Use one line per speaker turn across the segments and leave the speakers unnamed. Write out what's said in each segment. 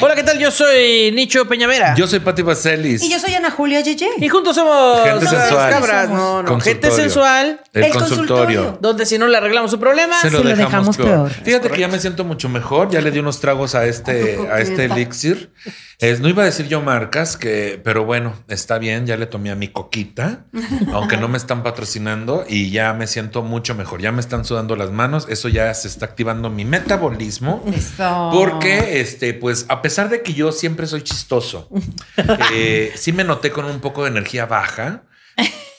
Hola, ¿qué tal? Yo soy Nicho Peñavera.
Yo soy Pati Baselis.
Y yo soy Ana Julia Yeye.
y juntos somos
Gente
Las
sensual.
cabras. No, no, gente
Consultorio.
sensual.
El,
El
consultorio.
consultorio.
Donde si no le arreglamos su problema,
Se lo
lo
dejamos,
dejamos
peor.
peor.
Fíjate que ya me siento mucho mejor. Ya le di unos tragos a este, a este elixir. Es, no iba a decir yo marcas, que, pero bueno, está bien. Ya le tomé a mi coquita, aunque no me están patrocinando y ya me siento mucho mejor. Ya me están sudando las manos. Eso ya se está activando mi metabolismo.
Eso.
Porque, este, pues, a pesar de que yo siempre soy chistoso, eh, sí me noté con un poco de energía baja.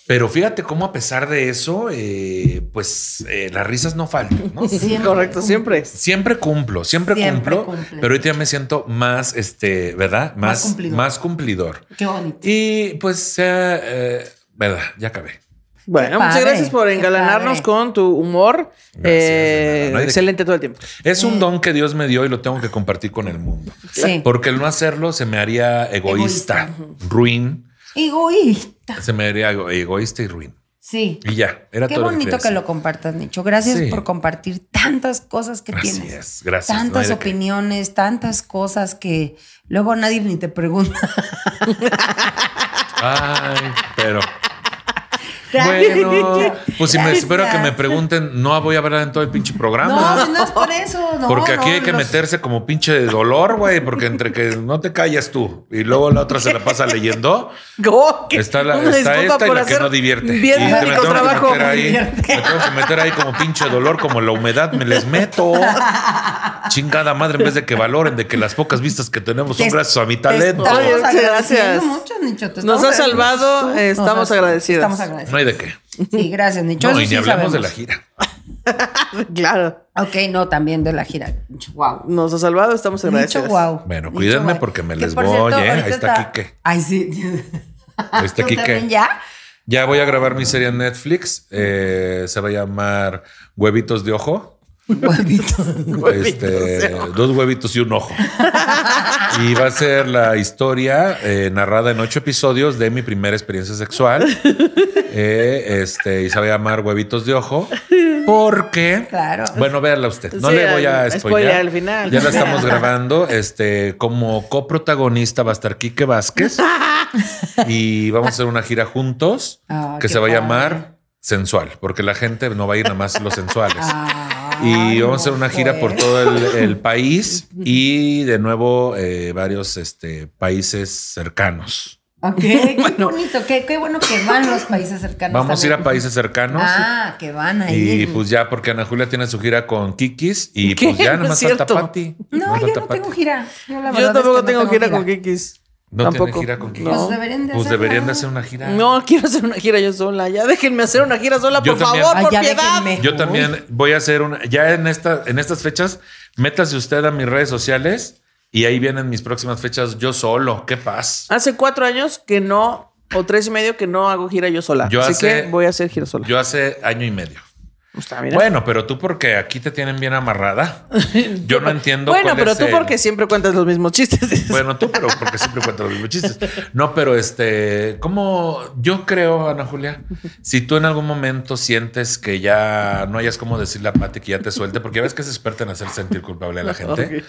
Pero fíjate cómo a pesar de eso, eh, pues eh, las risas no faltan, ¿no?
Siempre.
correcto, siempre.
Siempre cumplo, siempre,
Siempre
cumplo,
cumple.
pero ahorita ya me siento más, este, ¿verdad? Más, más cumplidor.
cumplidor. Qué bonito.
Y pues, eh, eh, ¿verdad? Ya acabé.
Bueno,
Qué
muchas
padre,
gracias por
qué
engalanarnos
padre.
con tu humor.
Gracias,
Eh,
de nada, no hay de
excelente todo el tiempo.
Es un don que Dios me dio y lo tengo que compartir con el mundo.
Sí.
Porque el no hacerlo se me haría egoísta, ruin.
Egoísta.
Se me haría ego- egoísta y ruin.
Sí.
Y ya, era
Qué
todo
bonito que lo compartas, Nicho. Gracias
Sí.
por compartir tantas cosas que
Así
tienes.
es, gracias. No hay
Tantas
de qué.
opiniones, tantas cosas que luego nadie ni te pregunta.
Ay, pero. Bueno, pues si me
Gracias.
espero a que me pregunten, no voy a hablar en todo el pinche programa.
No, si no es por eso. No,
porque aquí
no,
hay que
los-
meterse como pinche de dolor, güey, porque entre que no te callas tú y luego la otra se la pasa leyendo,
Go, que-
está, la,
Oh, una
está
disculpa
esta y
por
la que
hacer
no divierte.
Bien,
y te- me
dinámico
tengo
trabajo.
que meter ahí,
Divierte.
me tengo que meter ahí como pinche dolor, como la humedad, me les meto. Chingada madre, en vez de que valoren de que las pocas vistas que tenemos son
Te-
gracias a mi
te
talento.
estamos
Oye, muchas
agradeciendo
gracias.
mucho, Nicho, te
Nos
estamos
has salvado,
agradeciendo.
eh,
Nos
estamos
has-
agradecidas.
Estamos
No
agradecidos.
hay de qué.
Sí, gracias, Nicho.
No,
Eso
y ni
sí
hablamos de
sabemos.
la gira.
claro.
Ok, no, también de la gira. Wow.
Nos ha salvado, estamos agradecidos.
wow.
Bueno, cuídenme porque me les voy, ¿eh? Ahí está Quique.
Ay, sí.
Ahí está
¿Tú
Quique.
también ya?
Este, Ya voy a grabar mi serie en Netflix. Eh, se va a llamar Huevitos de Ojo. Este, dos huevitos y un ojo. y va a ser la historia eh, narrada en ocho episodios de mi primera experiencia sexual. Eh, este, y se va a llamar Huevitos de Ojo. Porque.
Claro.
Bueno, véanla usted. No
Sí,
le voy a
al-
spoilear.
spoiler al final.
Ya la estamos grabando. Este, como coprotagonista va a estar Quique Vázquez. y vamos a hacer una gira juntos
Ah,
que
qué
se va a
padre.
llamar Sensual, porque la gente no va a ir nada más los sensuales.
Ay,
Y vamos a hacer
no,
una gira por
pues.
todo el, el país y de nuevo eh, varios este, países cercanos.
Ok, qué bonito. Qué, qué bueno que van los países cercanos.
Vamos a ir a
también.
países cercanos.
Ah, que van ahí.
Y pues ya, porque Ana Julia tiene su gira con Kikis y
¿Qué?
pues ya
No
nada más
es
falta
cierto.
Pati. Nada
no,
más
yo
falta
no
Pati.
tengo gira. Yo, la verdad es
Yo
que
tampoco
no
tengo gira con Kikis.
No
Tampoco.
tiene gira con Kikis.
Pues deberían de
Pues
hacerla.
deberían de hacer una gira.
No, quiero hacer una gira yo sola. Ya déjenme hacer una gira sola,
Yo
por
también.
favor,
Ay,
por
ya
piedad.
déjenme.
Yo también voy a hacer una. Ya en, esta, en estas fechas, métase usted a mis redes sociales y ahí vienen mis próximas fechas yo solo. Qué paz.
Hace cuatro años que no, o tres y medio que no hago gira yo sola.
Yo
Así
hace-
que voy a hacer gira sola.
Yo hace año y medio.
O sea, mira.
Bueno, pero tú porque aquí te tienen bien amarrada. Yo no entiendo.
Bueno,
cuál
pero
es
tú
el-
porque siempre cuentas los mismos chistes.
Bueno, tú, pero porque siempre cuentas los mismos chistes. No, pero este, ¿cómo? Yo creo, Ana Julia, si tú en algún momento sientes que ya no hayas cómo decirle a Pati que ya te suelte, porque ya ves que es experta en hacer sentir culpable a la gente,
Ok.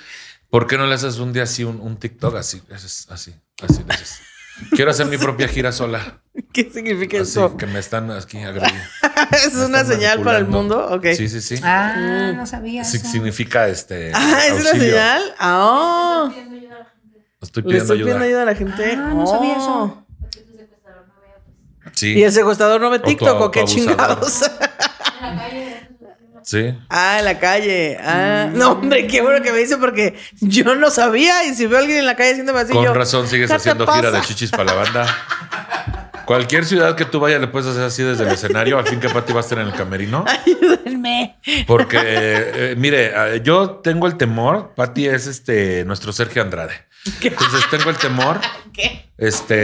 ¿por qué no le haces un día así un, un TikTok? Así, haces así, así le haces. Quiero hacer mi propia gira sola.
¿Qué significa
Así
eso?
que me están aquí agrediendo.
¿Es
Me
una
están
señal para el
manipulando.
mundo? Ok.
Sí, sí, sí.
Ah, no sabía.
Sí,
eso.
significa este.
Ah, ¿es una
auxilio.
señal? Ah,
Estoy
le
pidiendo
estoy
ayuda.
pidiendo ayuda a la gente.
Ah, no sabía
Oh.
eso.
Sí.
¿Y el secuestrador no ve
tu-
TikTok o,
tu
qué
abusador.
chingados?
Sí.
Ah, en la calle. Ah,
Mm.
no, hombre, qué bueno que me dice porque yo no sabía y si veo a alguien en la calle haciéndome así
Con
yo,
razón sigues
¿qué te
haciendo gira de
pasa?
chichis para la banda. Cualquier ciudad que tú vayas le puedes hacer así desde el escenario. Al fin que Pati va a estar en el camerino.
Ayúdenme.
Porque, eh, mire, eh, yo tengo el temor. Pati es este nuestro Sergio Andrade. Entonces tengo el temor. Este,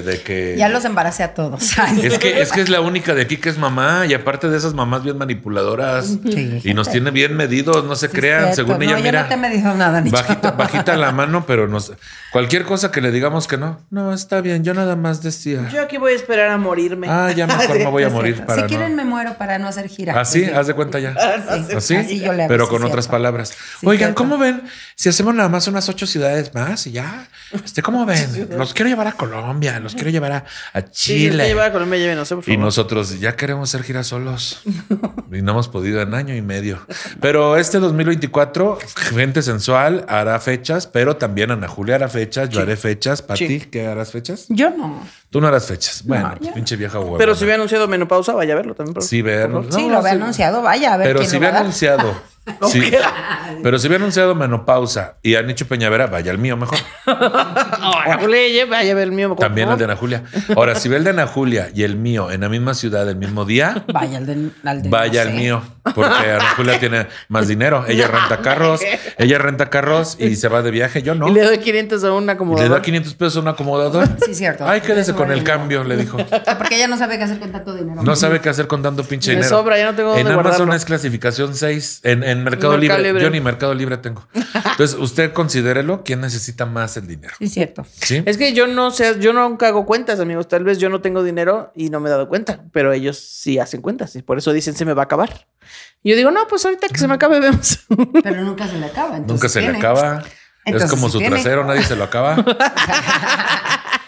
de que.
Ya los embaracé a todos. Ay,
Es que, es que es la única de aquí que es mamá y aparte de esas mamás bien manipuladoras
Sí.
y nos tiene bien medidos, no se
sí,
crean,
cierto.
según ella,
no, Yo no te he
mira,
medido nada, ni
bajita, bajita la mano, pero nos, cualquier cosa que le digamos que no, no, está bien, yo nada más decía,
yo aquí voy a esperar a morirme.
ah, ya mejor me voy a morir para
Pues, eh, si
no.
quieren me muero para no hacer gira.
Así,
Sí.
haz de cuenta ya.
Así,
Así,
así yo le hago,
pero
sí,
con otras
cierto.
palabras.
Sí,
Oigan,
cierto.
¿cómo ven? Si hacemos nada más unas ocho ciudades más y ya, este, ¿cómo ven? Los quiero llevar a Colombia, los quiero llevar a, a
Sí, si usted
Chile.
lleva a Colombia, llévenos, eh, por
Y
favor.
nosotros ya queremos ser girasolos. y no hemos podido en año y medio. Pero este 2024, gente sensual hará fechas, pero también Ana Julia hará fechas, yo haré fechas. Pati,
Sí.
¿qué harás fechas?
Yo no.
Tú no harás fechas. Bueno,
No,
pues,
yo-
pinche vieja huevona.
Pero si hubiera anunciado menopausa, vaya a verlo también. por-
Sí, ve anun-
sí,
no,
lo había
sí.
anunciado. Vaya, a ver
Pero
quién
si
lo va
había
a dar.
anunciado. sí. Pero si había anunciado menopausa y han hecho Peñavera, vaya el mío mejor.
Ahora, Juli, lleve- vaya a ver el mío. por
También el
favor.
de Ana Julia. Ahora, si ve el de Ana Julia y el mío en la misma ciudad, el mismo día,
Vaya al de, al de-
Vaya
no
el
sé.
mío, porque Ana Julia tiene más dinero. Ella renta carros, ella renta carros y se va de viaje. Yo no.
Y
Y
le doy 500 a una como.
le da 500 pesos a un acomodador.
Sí, cierto.
Ay, quédese
Eso
con
vale
el cambio, le dijo.
Porque ella no sabe qué hacer con tanto dinero.
No sabe qué hacer con tanto pinche
Me
dinero.
sobra, ya no tengo
En
dónde
Amazon
guardarlo.
es clasificación 6, en, en Mercado,
Mercado
Libre.
Libre.
Yo ni Mercado Libre tengo. Entonces, usted considérelo quién necesita más el dinero.
Sí, cierto.
¿Sí?
Es que yo no sé, yo nunca hago cuentas, amigos. Tal vez yo no tengo dinero y no me he dado cuenta, pero ellos sí hacen cuentas y por eso dicen se me va a acabar. Y yo digo, no, pues ahorita que se me acabe, vemos.
Pero nunca se le acaba. entonces
Nunca se le
tiene.
acaba. es
Entonces,
como
sí
su
tiene.
trasero, nadie se lo acaba.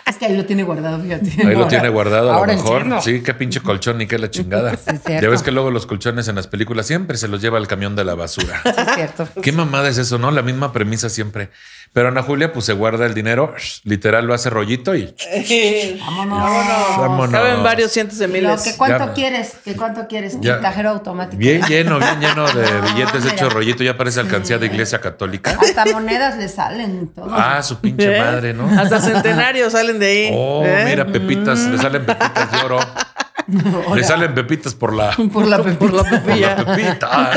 Es que ahí lo tiene guardado, fíjate.
Ahí lo tiene guardado a
Ahora
lo mejor.
entiendo.
Sí, qué pinche colchón y qué la chingada.
es cierto.
ya ves que luego los colchones en las películas siempre se los lleva el camión de la basura.
Sí, es cierto.
qué mamada es eso, ¿no? La misma premisa siempre. Pero Ana Julia pues se guarda el dinero, literal lo hace rollito y
Vámonos.
vámonos.
Caben varios cientos de
Lo
miles.
que cuánto
Ya.
quieres, que cuánto quieres,
Ya.
el cajero automático.
Bien lleno, bien lleno de
Ah,
billetes
mira.
hecho rollito. Ya parece alcancía de iglesia católica.
Hasta monedas le salen y todo.
Ah, su pinche
¿Eh?
madre, ¿no?
Hasta centenarios salen de ahí.
Oh,
¿eh?
mira, pepitas, le salen pepitas de oro. Le salen pepitas por la,
por la pepita.
Por la
Por la
pepilla.
pepita.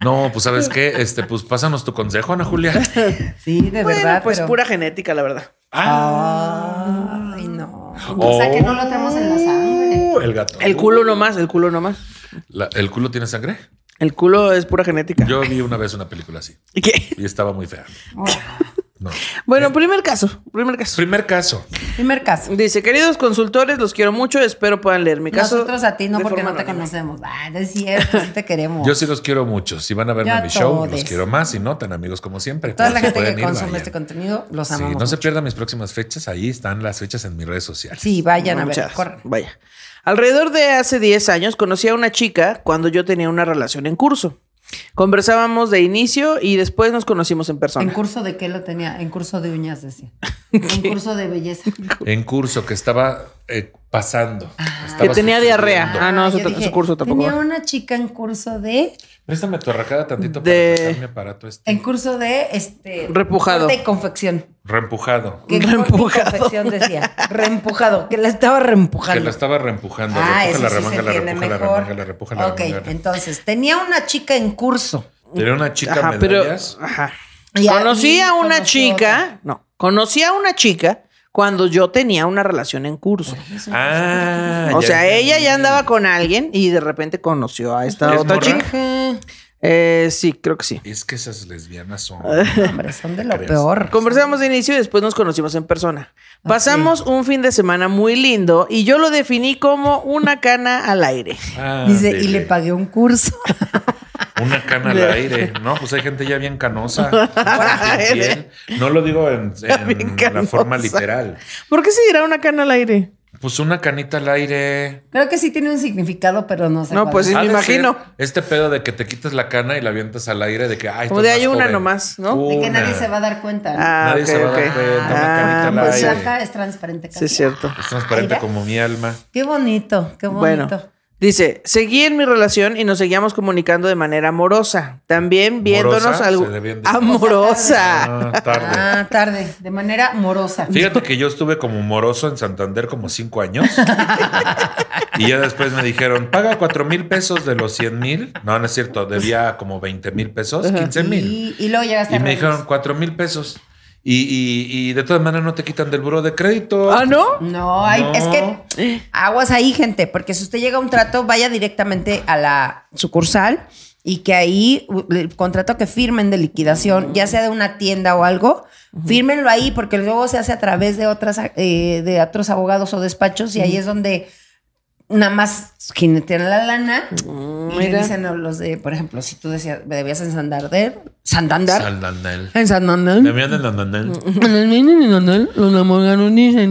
No, pues sabes qué, este, pues pásanos tu consejo, Ana Julia.
Sí, de
Bueno,
verdad.
pues
pero-
pura genética, la verdad. Ah.
Ay, no. O sea que no lo tenemos en la sangre.
Uh, El gato.
El culo nomás, el culo nomás.
La- ¿El culo tiene sangre?
El culo es pura genética.
Yo vi una vez una película así
¿Y qué?
y estaba muy fea.
Oh.
No.
Bueno, primer caso, primer caso.
Primer caso.
Primer caso.
Dice, queridos consultores, los quiero mucho, espero puedan leer mi caso.
Nosotros a ti no,
de
porque
forma
no te
anónima".
conocemos. Ah, no es cierto, sí te queremos.
Yo sí los quiero mucho. Si van a verme
Oh. Ya
en mi show, los
todes.
quiero más. Si no, tan amigos como siempre.
Toda
Pero
la
si
gente
pueden
que
ir,
consume
vayan.
este contenido, los
Sí,
amamos.
no se
mucho.
pierdan mis próximas fechas. Ahí están las fechas en mis redes sociales.
Sí, vayan a ver,
Muchas.
corran.
Vaya. Alrededor de hace 10 años conocí a una chica cuando yo tenía una relación en curso. Conversábamos de inicio y después nos conocimos en
¿En
persona.
curso de qué lo tenía? En curso de uñas, decía. En curso de belleza.
En curso que estaba eh, pasando.
que
Ah.
Estaba
tenía
sucediendo.
diarrea. Ah, no,
yo
su,
dije,
su curso tampoco.
Tenía
va.
una chica en curso de.
Préstame tu arracada tantito
De-
para sacar mi aparato este.
En curso de este.
Repujado.
corte y confección.
Reempujado.
Que corte y
Reempujado.
confección decía. Reempujado. Que la estaba
Que
reempujando.
la estaba reempujando.
Ah,
repuja
eso
la
sí
remanga,
se
la
entiende
repuja, la
mejor.
remanga, la repuja, la
Ok,
remanga.
entonces tenía una chica en curso.
Tenía una chica
Ajá, pero. Ah,
medallas.
ajá.
Y
Conocí
ahí
a una
conoció
chica. No, conocí a una chica cuando yo tenía una relación en curso.
Ah,
O
ya
sea,
entendí.
ella ya andaba con alguien y de repente conoció a esta
¿Es
otra
morra?
chica. Eh, sí, creo que sí.
Es que esas lesbianas son.
otra. Hombre, son de lo
Creas.
peor.
Conversamos de inicio y después nos conocimos en persona. Pasamos un fin de semana muy lindo y yo lo definí como una cana al aire.
Dice,
Ándele.
y le pagué un curso.
Ah, Una cana al aire. No, pues hay gente ya bien canosa. Bien, bien. No lo digo en, en
Bien
la forma
canosa.
literal.
¿Por qué se dirá una cana al aire?
Pues una canita al aire.
Creo que sí tiene un significado, pero no sé.
No,
cuál
pues
es.
Sí, me
Ha de
imagino.
ser Este pedo de que te quitas la cana y la avientas al aire, de que ay,
Como
estás
de hay
más
una
joven.
nomás, ¿no?
De que nadie
Una.
se va a dar cuenta. ¿no?
Ah,
Nadie
ok,
se va a dar
ok.
cuenta, una
Ah,
canita al
pues
pues
aire.
ya.
acá es transparente.
Sí,
casi.
es cierto.
Es transparente
Mira.
como mi alma.
Qué bonito, qué bonito.
Bueno, Dice, seguí en mi relación y nos seguíamos comunicando de manera amorosa. También viéndonos
¿Morosa?
algo
Se le bien dice.
amorosa.
Ah, tarde.
Ah, tarde, de manera morosa.
Fíjate que yo estuve como moroso en Santander como cinco años. y ya después me dijeron, paga cuatro mil pesos de los cien mil. No, no es cierto, debía como veinte mil pesos,
Ajá.
quince mil.
Y, y luego llegaste
Y
a
me
Reyes.
dijeron cuatro mil pesos. Y, y- y de todas maneras no te quitan del buro de crédito.
¿Ah, no?
No, hay-
No.
es que aguas ahí, gente, porque si usted llega a un trato, vaya directamente a la sucursal y que ahí u- el contrato que firmen de liquidación, ya sea de una tienda o algo, fírmenlo ahí, porque luego se hace a través de otras eh, de otros abogados o despachos, y ahí es donde nada más jinetean la lana. Y le
Ah, Mira.
dicen a los de, por ejemplo, si tú decías, me debías en Santander, Santander,
Santander.
en Santander,
Damián de Santander.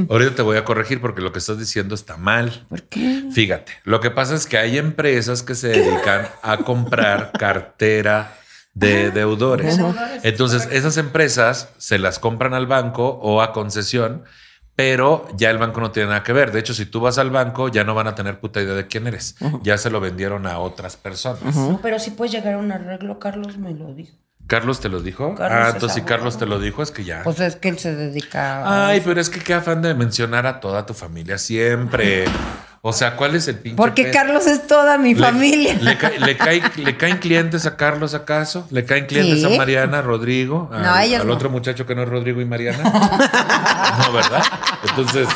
Ahorita te voy a corregir porque lo que estás diciendo está mal.
¿por qué?
Fíjate, lo que pasa es que hay empresas que se dedican a comprar cartera de deudores. Entonces, esas empresas se las compran al banco o a concesión, pero ya el banco no tiene nada que ver. De hecho, si tú vas al banco, ya no van a tener puta idea de quién eres. Ya se lo vendieron a otras personas.
No, pero si puedes llegar a un arreglo, Carlos me lo dijo.
¿Carlos te lo dijo?
Carlos
ah,
es
entonces si
abogado.
Carlos te lo dijo, es que ya.
Pues es que él se dedica a...
Ay, pero es que qué afán de mencionar a toda tu familia siempre. O sea, ¿cuál es el pinche?
Porque
pe-
Carlos es toda mi
Le-
familia.
Le, ca- le cae- le caen clientes a Carlos, acaso? ¿Le caen clientes
Sí.
a Mariana, a Rodrigo? Al,
No, ellos
al
no.
otro muchacho que no es Rodrigo y Mariana. no, ¿verdad? Entonces,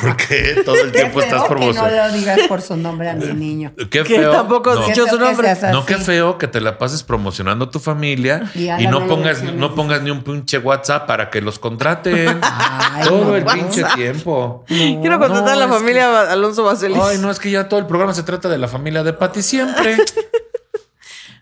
¿por qué todo el
Qué
tiempo
feo
estás
que no
promocionando?
lo digas por su nombre a mi niño.
Qué
Que
feo.
tampoco has
no.
dicho
Qué
su
feo que
nombre.
seas así.
No, qué feo que te la pases promocionando a tu familia
Y
y,
a la
no
mera
pongas,
dirección
no
les
pongas ni un pinche WhatsApp para que los contraten.
Ay,
Todo
no,
el
WhatsApp.
pinche tiempo.
Quiero contratar a la
No, es
familia Ba- Alonso
que-
Baselis.
Ay, no, es que ya todo el programa se trata de la familia de Pati siempre.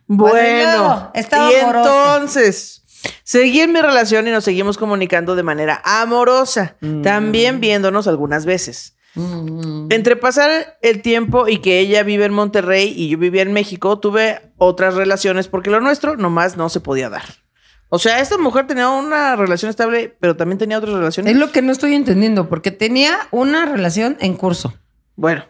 Bueno, y luego,
Bueno,
estaba
y
amoroso.
entonces seguí en mi relación y nos seguimos comunicando de manera amorosa, también viéndonos algunas veces.
Mm,
Entre pasar el tiempo y que ella vive en Monterrey y yo vivía en México, tuve otras relaciones porque lo nuestro nomás no se podía dar. O sea, esta mujer tenía una relación estable, pero también tenía otras relaciones.
Es lo que no estoy entendiendo, porque tenía una relación en curso.
Bueno,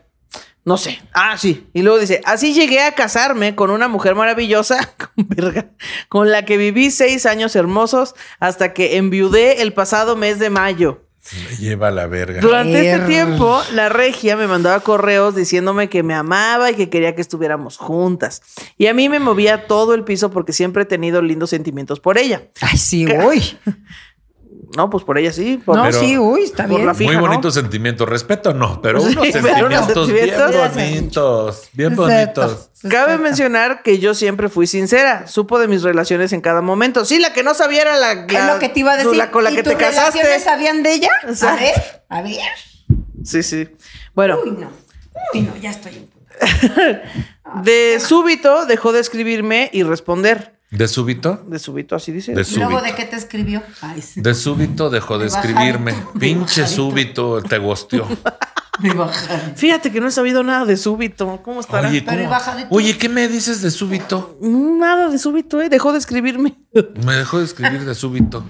no sé. Ah, sí. Y luego dice, así llegué a casarme con una mujer maravillosa, con, verga, con la que viví seis años hermosos hasta que enviudé el pasado mes de mayo.
Me lleva a la verga.
Durante este
Err.
tiempo, la regia me mandaba correos diciéndome que me amaba y que quería que estuviéramos juntas. Y a mí me movía todo el piso porque siempre he tenido lindos sentimientos por ella.
Ay, sí, uy.
No, pues por ella sí. Por,
No,
Pero-
sí, uy, está
por
bien.
la- fija,
Muy
¿no?
bonitos sentimientos. Respeto, no, pero unos
Sí,
sentimientos,
pero unos
bien
sentimientos.
bonitos. Bien
Exacto,
bonitos.
Cabe
exacto.
mencionar que yo siempre fui sincera, supo de mis relaciones en cada momento. Sí, la que no sabía era la,
Es
la-
lo que te iba a
tú,
decir.
la con la
¿Y
que
tus
te casaste.
relaciones sabían de ella? A
Exacto.
ver, a ver.
Sí, sí. Bueno,
Uy, no. Uy, no, ya estoy en punto.
de súbito dejó de escribirme y responder.
De súbito,
De súbito, así dice.
de
¿Y luego
súbito.
de qué te escribió? Ay, sí.
De súbito dejó de
De bajadito,
escribirme.
de
Pinche
bajadito.
súbito, te gosteó.
Me bajaron.
Fíjate que no he sabido nada de súbito. ¿Cómo estará?
Oye,
Pero
¿cómo?
y bajadito.
Oye, ¿qué me dices de súbito?
Nada de súbito, ¿eh? Dejó de escribirme.
Me dejó de escribir de súbito.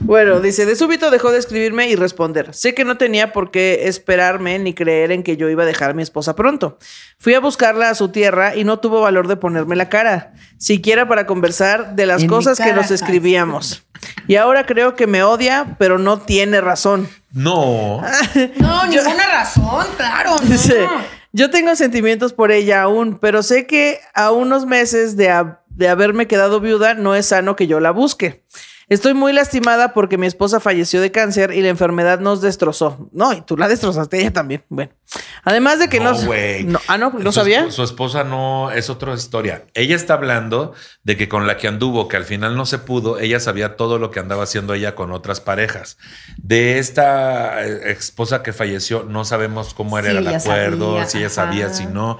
Bueno, dice, de súbito dejó de escribirme y responder. Sé que no tenía por qué esperarme ni creer en que yo iba a dejar a mi esposa pronto. Fui a buscarla a su tierra y no tuvo valor de ponerme la cara, siquiera para conversar de las
En mi
cosas que
cara.
nos escribíamos. Y ahora creo que me odia, pero no tiene razón.
No.
No, ninguna razón, claro. no.
Dice, yo tengo sentimientos por ella aún, pero sé que a unos meses de, ha- de haberme quedado viuda no es sano que yo la busque. Estoy muy lastimada porque mi esposa falleció de cáncer y la enfermedad nos destrozó. No, y tú la destrozaste ella también. Bueno, además de que
No,
nos-
güey. pues,
no- ah, no, no
Su
sabía.
esp- Su esposa no es otra historia. Ella está hablando de que con la que anduvo, que al final no se pudo, ella sabía todo lo que andaba haciendo ella con otras parejas. De esta eh, esposa que falleció, no sabemos cómo era
Sí,
el
ella
acuerdo,
sabía,
si ella
ajá.
sabía, si no.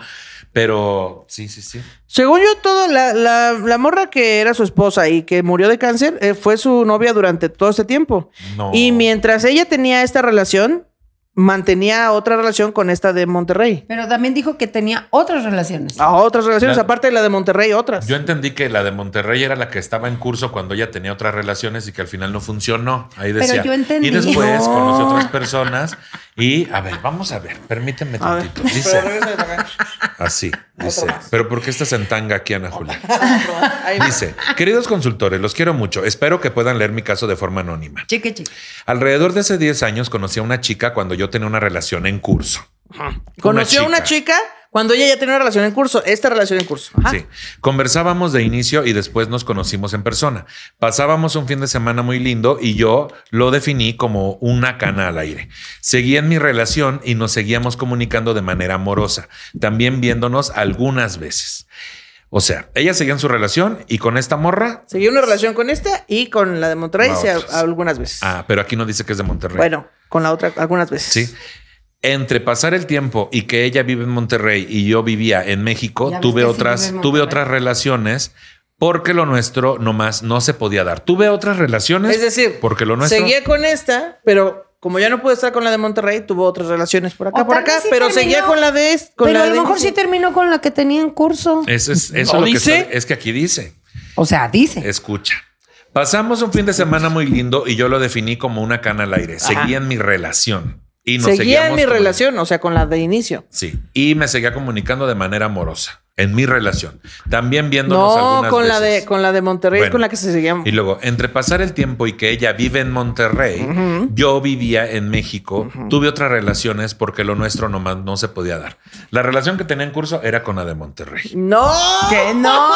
Pero sí, sí, sí.
Según yo, toda la, la- la morra que era su esposa y que murió de cáncer eh, fue su novia durante todo este tiempo.
No.
Y mientras ella tenía esta relación, mantenía otra relación con esta de Monterrey.
Pero también dijo que tenía otras relaciones.
A otras relaciones,
La-
aparte de la de Monterrey, otras.
Yo entendí que la de Monterrey era la que estaba en curso cuando ella tenía otras relaciones y que al final no funcionó. Ahí
Pero
decía.
yo entendí.
Y después
No.
conoció otras personas Y a ver, vamos a ver, permíteme
A ver.
tantito.
Pero
Dice
regresa de acá.
así, dice,
más.
pero ¿por qué estás en tanga aquí, Ana Julia?
Ahí va.
Dice, queridos consultores, los quiero mucho. Espero que puedan leer mi caso de forma anónima.
Cheque, cheque.
Alrededor de hace 10 años conocí a una chica cuando yo tenía una relación en curso.
Conoció a
una
una chica cuando ella ya tenía una relación en curso. Esta relación en curso. Ajá.
Sí. Conversábamos de inicio y después nos conocimos en persona. Pasábamos un fin de semana muy lindo y yo lo definí como una cana al aire. Seguía en mi relación y nos seguíamos comunicando de manera amorosa, también viéndonos algunas veces. O sea, ella seguía en su relación y con esta morra.
Seguí una relación con esta y con la de Monterrey
La
sí, a-
otra, sí.
algunas veces.
Ah, pero aquí no dice que es de Monterrey.
Bueno, con la otra algunas veces.
Sí. Entre pasar el tiempo y que ella vive en Monterrey y yo vivía en México,
Ya ves
tuve
que sí
otras,
vive en
tuve
Monterrey.
otras relaciones porque lo nuestro nomás no se podía dar. Tuve otras relaciones.
Es decir,
porque lo nuestro.
seguía con esta, pero como ya no pude estar con la de Monterrey, tuvo otras relaciones por acá,
O
por
tal vez
acá,
sí
pero
terminó,
seguía con la de es- con
Pero
la
a lo
de
mejor
inicio.
sí terminó con la que tenía en curso.
Eso es, eso
¿No
lo que
dice?
está- es que aquí dice.
O sea, dice.
Escucha. Pasamos un fin de semana muy lindo y yo lo definí como una cana al aire. Seguía en mi relación. Y nos
seguía en
seguíamos
mi
como-
relación, o sea, con la de inicio.
Sí. Y me seguía comunicando de manera amorosa. En mi relación. También viéndonos
No,
algunas
con la
veces.
de con la de Monterrey,
Bueno.
con la que se seguía.
Y luego, entre pasar el tiempo y que ella vive en Monterrey, yo vivía en México, tuve otras relaciones porque lo nuestro nomás no se podía dar. La relación que tenía en curso era con la de Monterrey.
No.
Que no.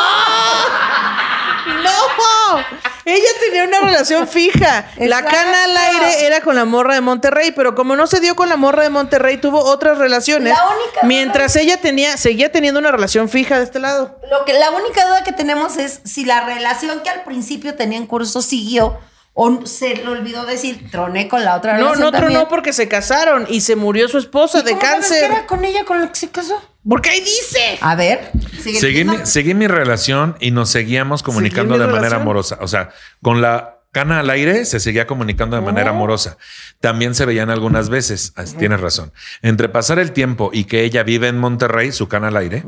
No. Ella tenía una relación fija. La
Exacto.
cana al aire era con la morra de Monterrey, pero como no se dio con la morra de Monterrey, tuvo otras relaciones.
La única
mientras ella tenía, seguía teniendo una relación fija de este lado.
Lo que, la única duda que tenemos es si la relación que al principio tenía en curso siguió o se le olvidó decir troné con la otra
No,
relación
no
también.
tronó porque se casaron y se murió su esposa
¿Y
de
cómo sabes
cáncer.
que era con ella con la que se casó?
Porque ahí dice.
A ver. sigue
Seguí mi,
leyendo.
seguí mi relación y nos seguíamos comunicando
mi
de manera
relación.
amorosa. O sea, con la cana al aire se seguía comunicando de
Oh.
manera amorosa. También se veían algunas veces. Ah, Tienes razón. Entre pasar el tiempo y que ella vive en Monterrey, su cana al aire,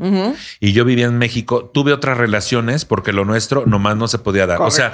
y yo vivía en México, tuve otras relaciones porque lo nuestro nomás no se podía dar. O sea,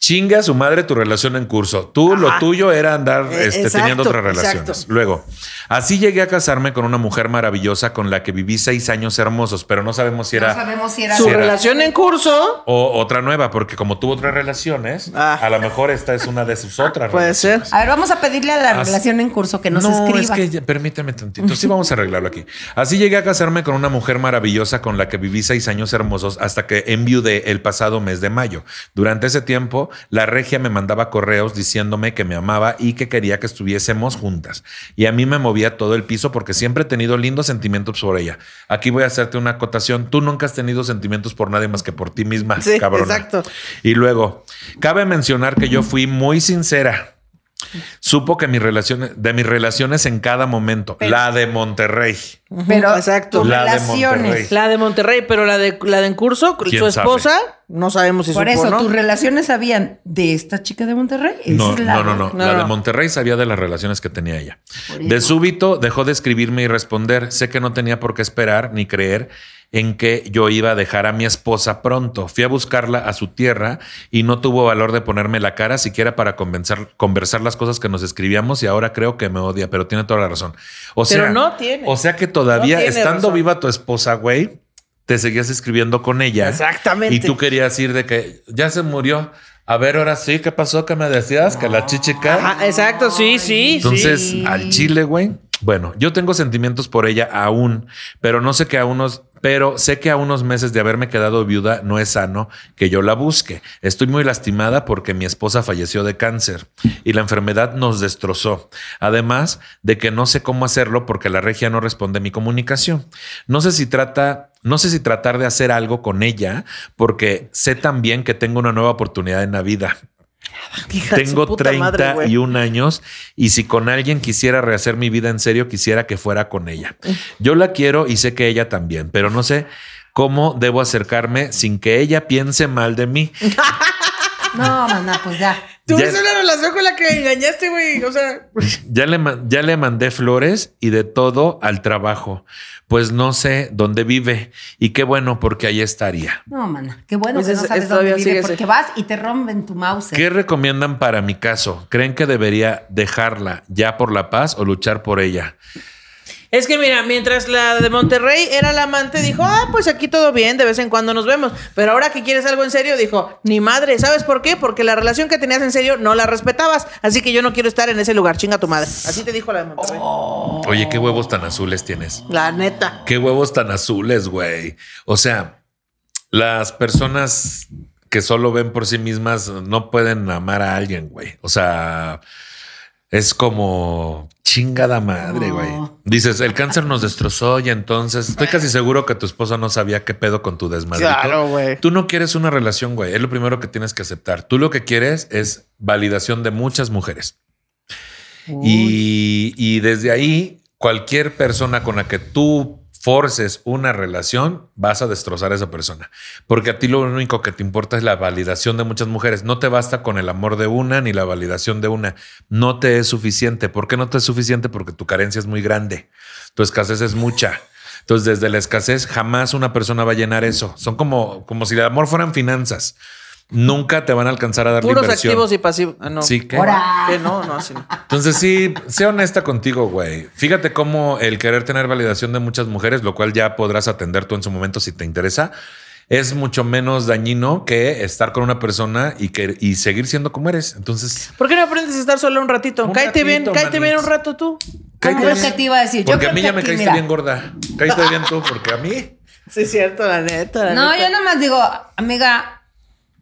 chinga a su madre tu relación en curso. Tú lo tuyo era andar
Eh,
este,
exacto,
teniendo otras relaciones.
exacto.
Luego, así llegué a casarme con una mujer maravillosa con la que viví seis años hermosos, pero no sabemos si
No
era
sabemos si era
Su
Sí era.
relación en curso.
o otra nueva, porque como tuvo otras relaciones,
Ah.
a lo mejor esta es una de sus otras.
Puede ser.
relaciones.
A ver, vamos a pedirle a la
As-
relación en curso que nos
no,
escriba.
es que ya- permíteme tantito. Sí, vamos a arreglarlo aquí. Así llegué a casarme con una mujer maravillosa con la que viví seis años hermosos hasta que enviudé el pasado mes de mayo. Durante ese tiempo, la regia me mandaba correos diciéndome que me amaba y que quería que estuviésemos juntas. Y a mí me movía todo el piso porque siempre he tenido lindos sentimientos por ella. Aquí voy a hacerte una acotación. Tú nunca has tenido sentimientos por nadie más que por ti misma,
Sí,
cabrona.
exacto.
Y luego, cabe mencionar que yo fui muy sincera. Supo que mis relaciones, de mis relaciones en cada momento, la de Monterrey.
Pero
Exacto.
tus
La de
relaciones.
Monterrey.
La de Monterrey, pero la de la de en curso,
¿Quién
su esposa, no sabemos si
Por
supo,
eso,
¿no?
tus relaciones sabían de esta chica de Monterrey. Esa
No,
es la-
no, no, no,
No,
La de
no.
Monterrey sabía de las relaciones que tenía ella.
Por
De
eso.
súbito dejó de escribirme y responder. Sé que no tenía por qué esperar ni creer en que yo iba a dejar a mi esposa pronto. Fui a buscarla a su tierra y no tuvo valor de ponerme la cara siquiera para convencer- conversar las cosas que nos escribíamos y ahora creo que me odia, pero tiene toda la razón. O
Pero
sea,
no tiene.
O sea que todavía
No tiene
estando
razón.
viva tu esposa, güey, te seguías escribiendo con ella.
Exactamente.
Y tú querías ir de que ya se murió. A ver, ahora sí, ¿qué pasó? ¿Qué me decías? Que la chichica.
Ajá, Ah, exacto, sí, sí.
Entonces,
Sí.
al chile, güey. Bueno, yo tengo sentimientos por ella aún, pero no sé que a unos, pero sé que a unos meses de haberme quedado viuda no es sano que yo la busque. Estoy muy lastimada porque mi esposa falleció de cáncer y la enfermedad nos destrozó. Además de que no sé cómo hacerlo porque la regia no responde a mi comunicación. No sé si trata, no sé si tratar de hacer algo con ella porque sé también que tengo una nueva oportunidad en la vida.
Hija de su
Tengo
puta madre, güey.
31 años y si con alguien quisiera rehacer mi vida en serio, quisiera que fuera con ella. Yo la quiero y sé que ella también, pero no sé cómo debo acercarme sin que ella piense mal de mí.
No, maná, pues ya.
Tuviste
Ya-
una relación con la que engañaste, güey. O sea,
Ya le, ma- ya le mandé flores y de todo al trabajo. Pues no sé dónde vive y qué bueno porque ahí estaría.
No, mana. Qué bueno
Pues
que
es-
no
es
sabes
todavía
dónde vive
sigue ese.
porque vas y te rompen tu mouse.
¿Qué recomiendan para mi caso? ¿Creen que debería dejarla ya por la paz o luchar por ella?
es que mira, mientras la de Monterrey era la amante, dijo, ah, pues aquí todo bien, de vez en cuando nos vemos. Pero ahora que quieres algo en serio, dijo, ni madre, ¿sabes por qué? Porque la relación que tenías en serio no la respetabas. Así que yo no quiero estar en ese lugar, chinga tu madre. Así te dijo la de Monterrey.
Oye, ¿qué huevos tan azules tienes?
Oh, La neta.
¿Qué huevos tan azules, güey? O sea, las personas que solo ven por sí mismas no pueden amar a alguien, güey. O sea, es como chingada madre,
No.
güey. Dices, el cáncer nos destrozó y entonces estoy casi seguro que tu esposa no sabía qué pedo con tu desmadrito.
Claro, güey.
Tú no quieres una relación, güey. Es lo primero que tienes que aceptar. Tú lo que quieres es validación de muchas mujeres. Y, y desde ahí, cualquier persona con la que tú forces una relación, vas a destrozar a esa persona. Porque a ti lo único que te importa es la validación de muchas mujeres. No te basta con el amor de una ni la validación de una. No te es suficiente. ¿Por qué no te es suficiente? Porque tu carencia es muy grande. Tu escasez es mucha. Entonces, desde la escasez, jamás una persona va a llenar eso. Son como, como si el amor fueran finanzas. Nunca te van a alcanzar a dar la
Puros
inversión.
activos y pasivos. Ah, no.
Sí, ¿qué?
Ahora.
Que no, no, así no.
Entonces sí, sé honesta contigo, güey. Fíjate cómo el querer tener validación de muchas mujeres, lo cual ya podrás atender tú en su momento si te interesa, es mucho menos dañino que estar con una persona y, que, y seguir siendo como eres.
Ah,
Entonces,
¿Por qué no aprendes a estar solo un ratito?
Un
cáete
ratito,
bien, cáete
manix.
bien un rato tú.
Ah,
cállate
creo
bien.
que te iba a decir. Yo
porque a
creo
mí
que
ya me
aquí,
caíste
mira.
bien gorda. Caíste bien tú, porque a mí...
Sí, es cierto, la neta. la
No,
neta.
yo nomás digo, amiga,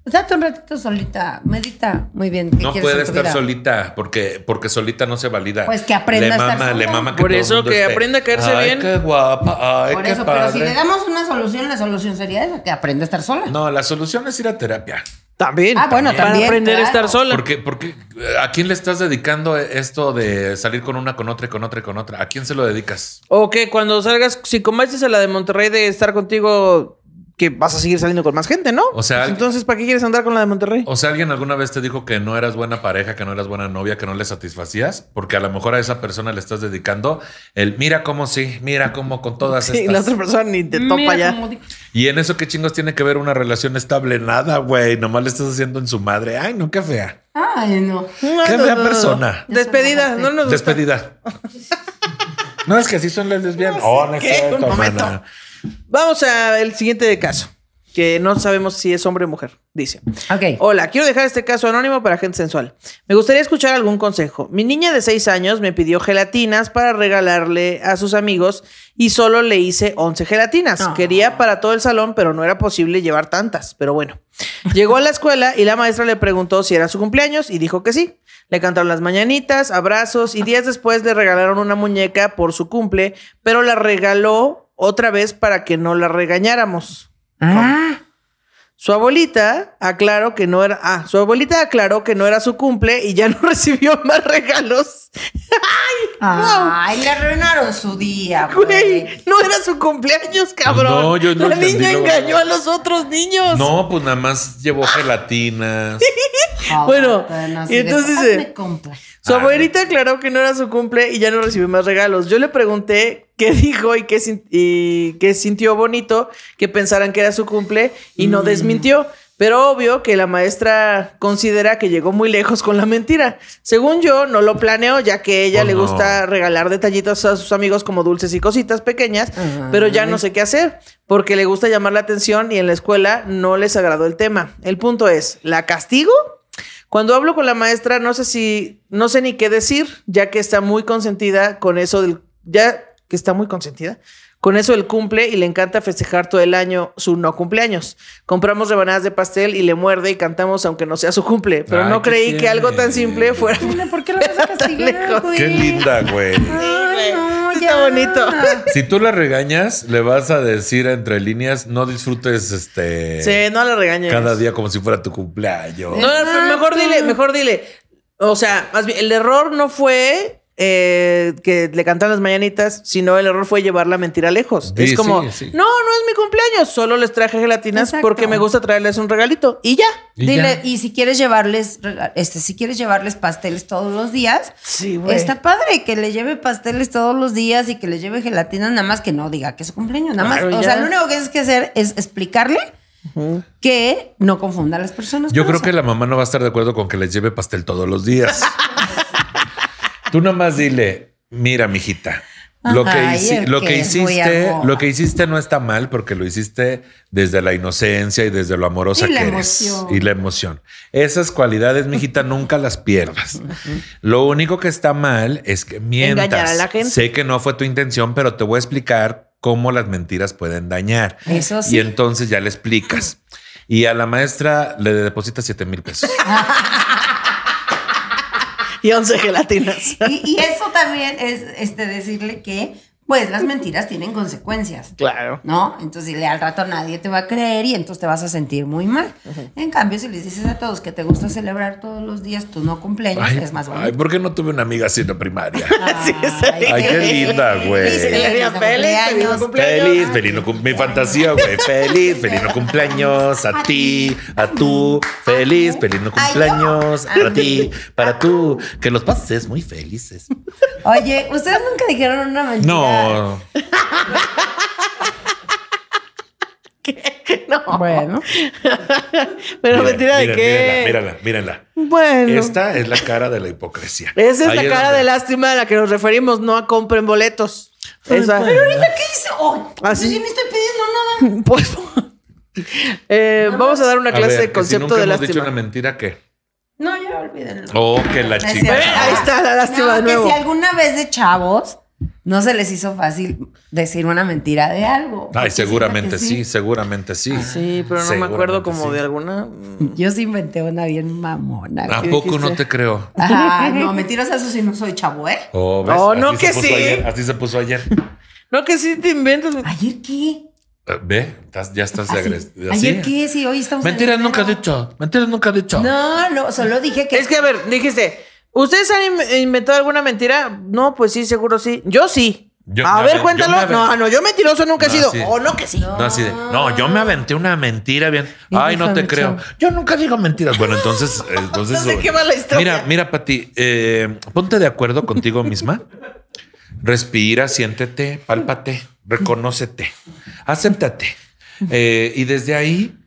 date un ratito solita, medita muy bien. ¿qué
No
quieres
puede
en tu
estar
vida?
solita, porque, porque solita no se valida.
Pues que aprenda
le
a estar
mama, Le
sola.
mama que
Por
todo el
eso
mundo
que
esté,
aprenda a caerse
"Ay,
bien".
qué guapa, ay,
Por
qué
eso, pero
padre.
si le damos una solución, la solución sería esa, que aprenda a estar sola.
No, la solución es ir a terapia.
También.
Ah, bueno,
Para
también,
aprender a
claro.
estar sola.
Porque, porque, eh, ¿a quién le estás dedicando esto de salir con una, con otra y con otra y con otra? ¿A quién se lo dedicas?
O que cuando salgas, si cometes a la de Monterrey de estar contigo, que vas a seguir saliendo con más gente, ¿no?
O sea,
Pues entonces, ¿para qué quieres andar con la de Monterrey?
O sea, alguien alguna vez te dijo que no eras buena pareja, que no eras buena novia, que no le satisfacías, porque a lo mejor a esa persona le estás dedicando el mira cómo sí, mira cómo con todas
Sí,
estas.
la otra persona ni te topa
Mira
ya.
cómo di-
Y en eso, ¿qué chingos tiene que ver una relación estable? Nada, güey. Nomás le estás haciendo en su madre. Ay, no, qué fea.
Ay, no.
No,
Qué
no,
fea
no, no.
persona.
Despedida, no nos gusta.
Despedida. No, es que así son las lesbianas. Oh, no es
¿Qué?
cierto,
Un momento.
mana.
Vamos al siguiente caso, que no sabemos si es hombre o mujer, dice.
Ok.
Oh,
Hola, quiero dejar este caso anónimo para gente sensual. Me gustaría escuchar algún consejo. Mi niña de 6 años me pidió gelatinas para regalarle a sus amigos y solo le hice 11 gelatinas.
Ah.
Quería para todo el salón, pero no era posible llevar tantas, pero bueno. Llegó a la escuela y la maestra le preguntó si era su cumpleaños y dijo que sí. Le cantaron las mañanitas, abrazos y días después le regalaron una muñeca por su cumple, pero la regaló otra vez para que no la regañáramos.
oh.
Ah,
Su abuelita aclaró que no era, ah, su abuelita aclaró que no era su cumple y ya no recibió más regalos.
ay, le arruinaron su día,
Güey,
güey.
no era su cumpleaños, cabrón.
Ah, No, yo no
La
entendí
niña
lo-
engañó a los otros niños.
No, pues nada más llevó gelatinas.
Bueno,
Joder, así
y
de,
entonces,
"Hazme
eh,
compra".
Su
Ah.
abuelita aclaró que no era su cumple y ya no recibió más regalos. Yo le pregunté qué dijo y qué, sin- y qué sintió bonito que pensaran que era su cumple y
Mm.
no desmintió. Pero obvio que la maestra considera que llegó muy lejos con la mentira. Según yo, no lo planeó, ya que ella
Oh,
le
no.
gusta regalar detallitos a sus amigos como dulces y cositas pequeñas,
Ah,
Ajá.
pero ya no sé qué hacer, porque le gusta llamar la atención y en la escuela no les agradó el tema. El punto es, ¿la castigo? Cuando hablo con la maestra, no sé si, no sé ni qué decir, ya que está muy consentida con eso del, ya que está muy consentida. Con eso él cumple y le encanta festejar todo el año su no cumpleaños. Compramos rebanadas de pastel y le muerde y cantamos aunque no sea su cumple. Pero
Ay,
no
qué
creí que algo tan
tierno.
simple fuera.
Bueno, ¿Por qué lo vas a castigar,
lejos.
güey?
Qué linda, güey.
Ay, no,
Sí, está
ya.
bonito.
Si tú la regañas, le vas a decir entre líneas, no disfrutes este
Sí, no la regañes.
cada día como si fuera tu cumpleaños.
No, no, pero mejor dile, mejor dile. O sea, más bien, el error no fue eh, que le cantan las mañanitas, sino el error fue llevar la mentira lejos.
Sí,
es como,
sí, sí.
no, no es mi cumpleaños, solo les traje gelatinas
Exacto.
porque me gusta traerles un regalito y ya.
Y
Dile,
ya.
y si quieres llevarles, rega- este, si quieres llevarles pasteles todos los días,
Sí,
está padre que le lleve pasteles todos los días y que le lleve gelatina, nada más que no diga que es su cumpleaños, nada más.
Claro,
o
ya.
sea, lo único que tienes que hacer es explicarle que no confunda a las personas.
Yo
con
creo
eso.
que la mamá no va a estar de acuerdo con que les lleve pastel todos los días. Tú nomás dile, mira, mijita, lo que,
Ay,
hici-
el
lo
que
que
es muy
hiciste,
amor.
lo que hiciste no está mal porque lo hiciste desde la inocencia y desde lo amorosa
Y la
que eres
emoción.
y la emoción. Esas cualidades, mijita, nunca las pierdas. Lo único que está mal es que mientas.
Engañar a la gente.
Sé que no fue tu intención, pero te voy a explicar cómo las mentiras pueden dañar.
Eso
Ah,
sí.
Y entonces ya le explicas. Y a la maestra le deposita 7 mil pesos.
Y 11 gelatinas.
Y, y eso también es este, decirle que, pues, las mentiras tienen consecuencias.
claro.
¿No? Entonces dile, al rato nadie te va a creer y entonces te vas a sentir muy mal. En cambio, si les dices a todos que te gusta celebrar todos los días tu no cumpleaños,
Ay,
es más
ay,
bonito.
¿por qué no tuve una amiga así en la primaria?
Sí,
Ay,
Ay, qué linda, güey.
Sí,
Feliz
feliz cumpleaños.
Feliz, feliz no cum- mi fantasía, güey. Feliz, feliz no cumpleaños a ti, a tú. Feliz, feliz no cumpleaños a ti, para tú. Que los pases muy felices.
Oye, ¿ustedes nunca dijeron una mentira?
No.
No,
Bueno.
Pero
Miren,
mentira de
miren,
qué.
Mírenla, mírenla,
Bueno.
mírenla. Esta es la cara de la hipocresía.
Esa es
Ahí
la cara
donde-
de lástima a la que nos referimos, no a compren boletos. Esa.
¿Ahorita qué hice? Oh,
Así.
pues, yo no estoy pidiendo nada.
Pues, eh, vamos a dar una
A
clase
ver,
de
que si
concepto
nunca
de
hemos dicho
lástima.
una mentira que.
No, ya olvídenlo.
Oh, que la
No es
chica.
cierto.
Ahí está la lástima
No,
de nuevo.
Que si alguna vez de chavos no se les hizo fácil decir una mentira de algo.
Ay,
Porque
seguramente
siento que
sí, seguramente sí.
Sí, pero no me acuerdo como de
algo.
alguna.
Yo sí inventé una bien mamona.
¿A
¿Qué
poco no
dijiste?
te creo?
Ah, no, mentiras, eso sí no soy chavo, ¿eh?
Oh, ¿ves?
Oh,
Así
no
se
que
puso
sí.
ayer, así se puso ayer.
No, que sí te inventas.
¿Ayer qué?
Eh, Ve, estás- ya estás
Así.
agresivo.
¿Ayer qué? Sí, hoy estamos... en
Mentiras
enero.
nunca he dicho. Mentiras nunca he dicho.
No, no, solo dije que...
Es que, a ver, dijiste, ¿ustedes han in- inventado alguna mentira? No, pues sí, seguro sí. Yo sí.
Yo-
a
a
ver,
ver,
cuéntalo.
yo me-
No, no, yo mentiroso nunca he
No,
sido.
sí.
O no, que sí.
No, así de, no, yo me aventé una mentira bien.
Y
Ay, no
dijo
te
mi
creo.
chavo.
Yo nunca digo mentiras. Bueno, entonces, eh, entonces.
Entonces, ¿qué va la historia?
Mira, mira, Pati, eh, ponte de acuerdo contigo misma. Respira, siéntete, pálpate, reconócete, acéptate. Eh, y desde ahí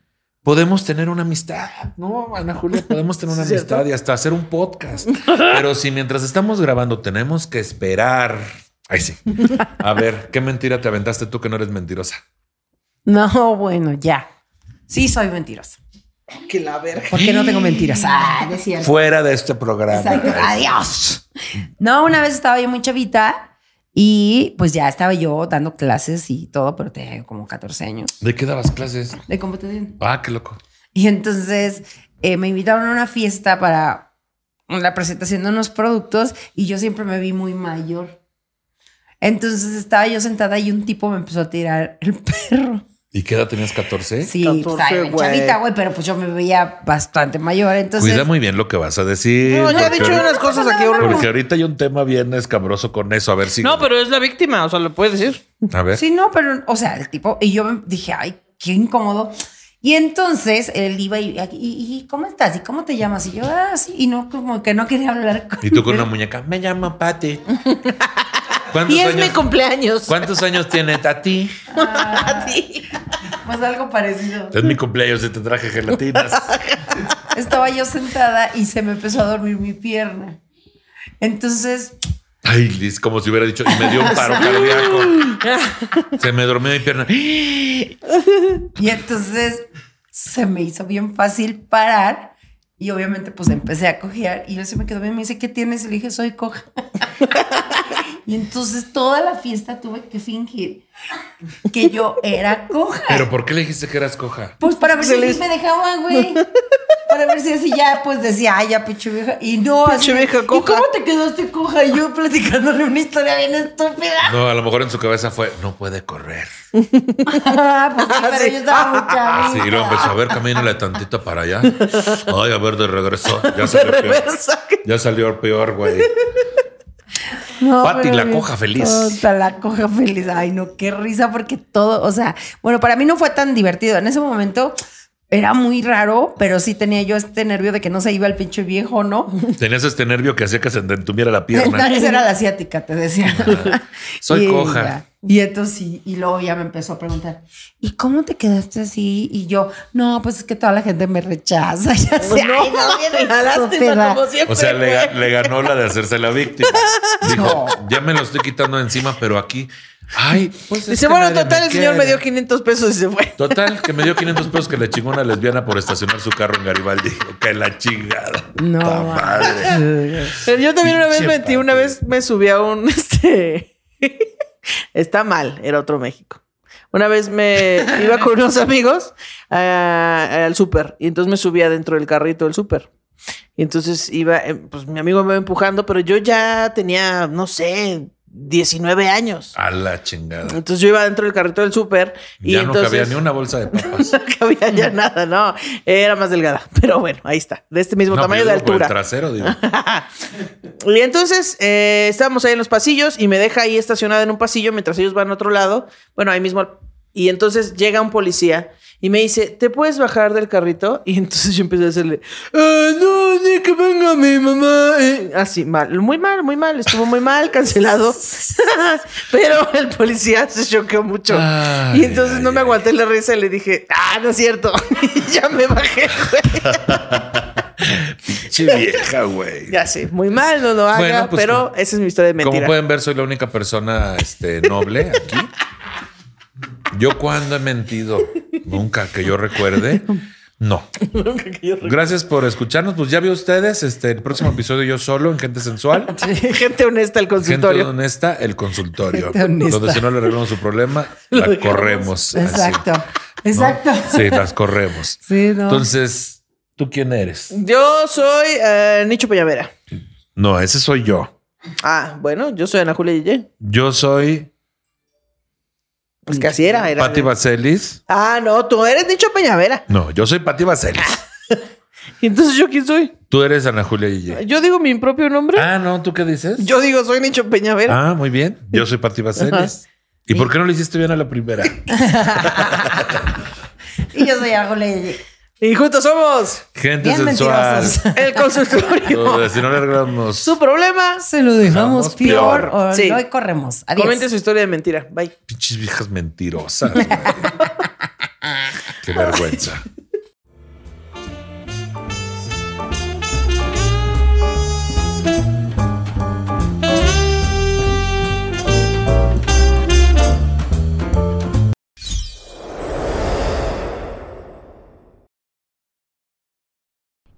podemos tener una amistad. No, Ana Julia, podemos tener una
¿Cierto?
amistad y hasta hacer un podcast. Pero si mientras estamos grabando tenemos que esperar. Ahí sí. A ver, ¿qué mentira te aventaste tú que no eres mentirosa?
No, bueno, ya. Sí soy mentirosa.
Que la verga.
Porque no tengo mentiras. Ah, decía.
Fuera de este programa.
Exacto. Adiós. No, una vez estaba yo muy chavita y pues ya estaba yo dando clases y todo, pero tenía como 14 años.
¿De qué dabas clases?
¿De computación?
Ah, qué loco.
Y entonces eh, me invitaron a una fiesta para la presentación de unos productos y yo siempre me vi muy mayor. Entonces estaba yo sentada y un tipo me empezó a tirar el perro.
¿Y qué edad tenías 14?
Sí,
14,
pues, estaba bien
güey.
chavita, güey, pero pues yo me veía bastante mayor. Entonces,
Cuida muy bien lo que vas a decir.
No, ya he
porque
dicho
ahorita-
unas cosas aquí
Porque
horribles.
ahorita hay un tema bien escabroso con eso. A ver si.
No, pero es la víctima, o sea, lo puedes decir.
A ver.
Sí, no, pero, o sea, el tipo, y yo me dije, ay, qué incómodo. Y entonces él iba y, y- y, ¿cómo estás? ¿Y cómo te llamas? Y yo, ah, sí, y no, como que no quería hablar con
Y tú con una muñeca. Me llamo Pati. ¿Cuántos
Y es mi
años,
cumpleaños.
¿Cuántos años tiene Tati?
Pues algo parecido.
Es mi cumpleaños y te traje gelatinas.
Estaba yo sentada y se me empezó a dormir mi pierna. Entonces,
Ay, Liz, como si hubiera dicho. Y me dio un paro cardíaco. Se me dormió mi pierna.
y entonces se me hizo bien fácil parar. Y obviamente, pues empecé a cojear. Y yo se me quedó bien. Me dice, ¿qué tienes? Y le dije, soy coja. y entonces toda la fiesta tuve que fingir que yo era coja.
Pero ¿por qué le dijiste que eras coja?
Pues para ver si así me dejaban, güey. Para ver si así ya, pues decía, ay, ya, pinche vieja. Y no, así.
Pinche vieja
¿Y
coja".
cómo te quedaste coja? Y yo platicándole una historia bien estúpida.
No, a lo mejor en su cabeza fue, no puede correr.
Ah, pues sí, pero
sí.
yo estaba muy
Ah,
chavita.
sí, y luego empezó a ver, camínale tantito para allá. Ay, a ver, de regreso. Ya
De
salió peor.
reversa.
Ya salió peor, güey.
No,
Pati,
pero
la
bien
coja feliz.
tonta, la coja feliz. Ay, no, qué risa, porque todo, o sea, bueno, para mí no fue tan divertido. En ese momento era muy raro, pero sí tenía yo este nervio de que no se iba el pinche viejo, ¿no?
Tenías este nervio que hacía que se te entumiera la pierna.
Esa era la asiática, te decía.
Soy
Y
coja.
ya. Y entonces, sí, y luego ya me empezó a preguntar, ¿y cómo te quedaste así? Y yo, no, pues es que toda la gente me rechaza. Ya
Oh,
sé, ay, Pues no, bien
la lástima,
estúpida.
como siempre.
O sea, le, ga-
güey.
le ganó la de hacerse la víctima. Dijo, ya me lo estoy quitando de encima, pero aquí. Ay, pues. es
Dice,
que
bueno,
nadie
total,
me
el señor
quiere".
me dio 500 pesos y se fue.
Total, que me dio 500 pesos que le chingó una lesbiana por estacionar su carro en Garibaldi. Que la chingada.
No,
Ta madre.
Pero yo también una vez
Pinche
mentí, una
Pati.
vez me subí a un este está mal, era otro México. Una vez me iba con unos amigos ah, al súper y entonces me subía dentro del carrito del súper. Y entonces iba, eh, pues mi amigo me iba empujando, pero yo ya tenía, no sé, 19 años.
A la chingada.
Entonces yo iba dentro del carrito del súper y
Ya no
entonces
cabía ni una bolsa de papas.
no cabía ya nada, no. Era más delgada, pero bueno, ahí está, de este mismo
No,
tamaño
pero
de
yo digo por el
altura.
trasero, digo.
Y entonces eh, estábamos ahí en los pasillos y me deja ahí estacionada en un pasillo mientras ellos van a otro lado. Bueno, ahí mismo. al- Y entonces llega un policía y me dice, ¿te puedes bajar del carrito? Y entonces yo empecé a hacerle, "Eh, no, ni que venga mi mamá. eh". Así, mal, muy mal, muy mal, estuvo muy mal, cancelado. Pero el policía se choqueó mucho.
Ay,
y entonces no
ay,
me
ay.
aguanté la risa y le dije, ah, no es cierto. y ya me bajé, güey.
Che vieja, güey.
Ya sé, muy mal, no lo haga,
Bueno, pues,
pero esa es mi historia de
Como
mentira.
pueden ver, soy la única persona este, noble aquí. Yo cuando he mentido, nunca que yo recuerde. No. Gracias por escucharnos. Pues ya vio ustedes este, el próximo episodio yo solo en Gente Sensual.
Gente honesta al
Gente
consultorio.
honesta, el consultorio.
Gente honesta.
Donde si no le arreglamos su problema, la corremos. así,
Exacto,
¿no?
exacto.
Sí, las corremos.
Sí, no.
Entonces, ¿tú quién eres?
Yo soy eh, Nicho Peñavera.
No, ese soy yo.
Ah, bueno, yo soy Ana Julia Yeye.
Yo soy
Pues que así era. era
Patti Vaselis.
Ah, no, tú eres Nicho Peñavera.
No, yo soy Patti Vaselis.
¿Y Entonces, ¿yo quién soy?
Tú eres Ana Julia Guille.
Yo digo mi propio nombre.
Ah, no, ¿tú qué dices?
Yo digo soy Nicho Peñavera.
Ah, muy bien. Yo soy Patti Vaselis. ¿Y por qué no lo hiciste bien a la primera?
Y yo soy algo le
Y juntos somos
Gente
Bien
sensual.
mentirosos.
el consultorio.
Donde Si no le arreglamos
Su problema.
Se lo dejamos
Vamos peor.
peor. o
Sí.
no, y corremos. Adiós.
Comente su historia de mentira. Bye.
Pinches viejas mentirosas. güey. Qué vergüenza.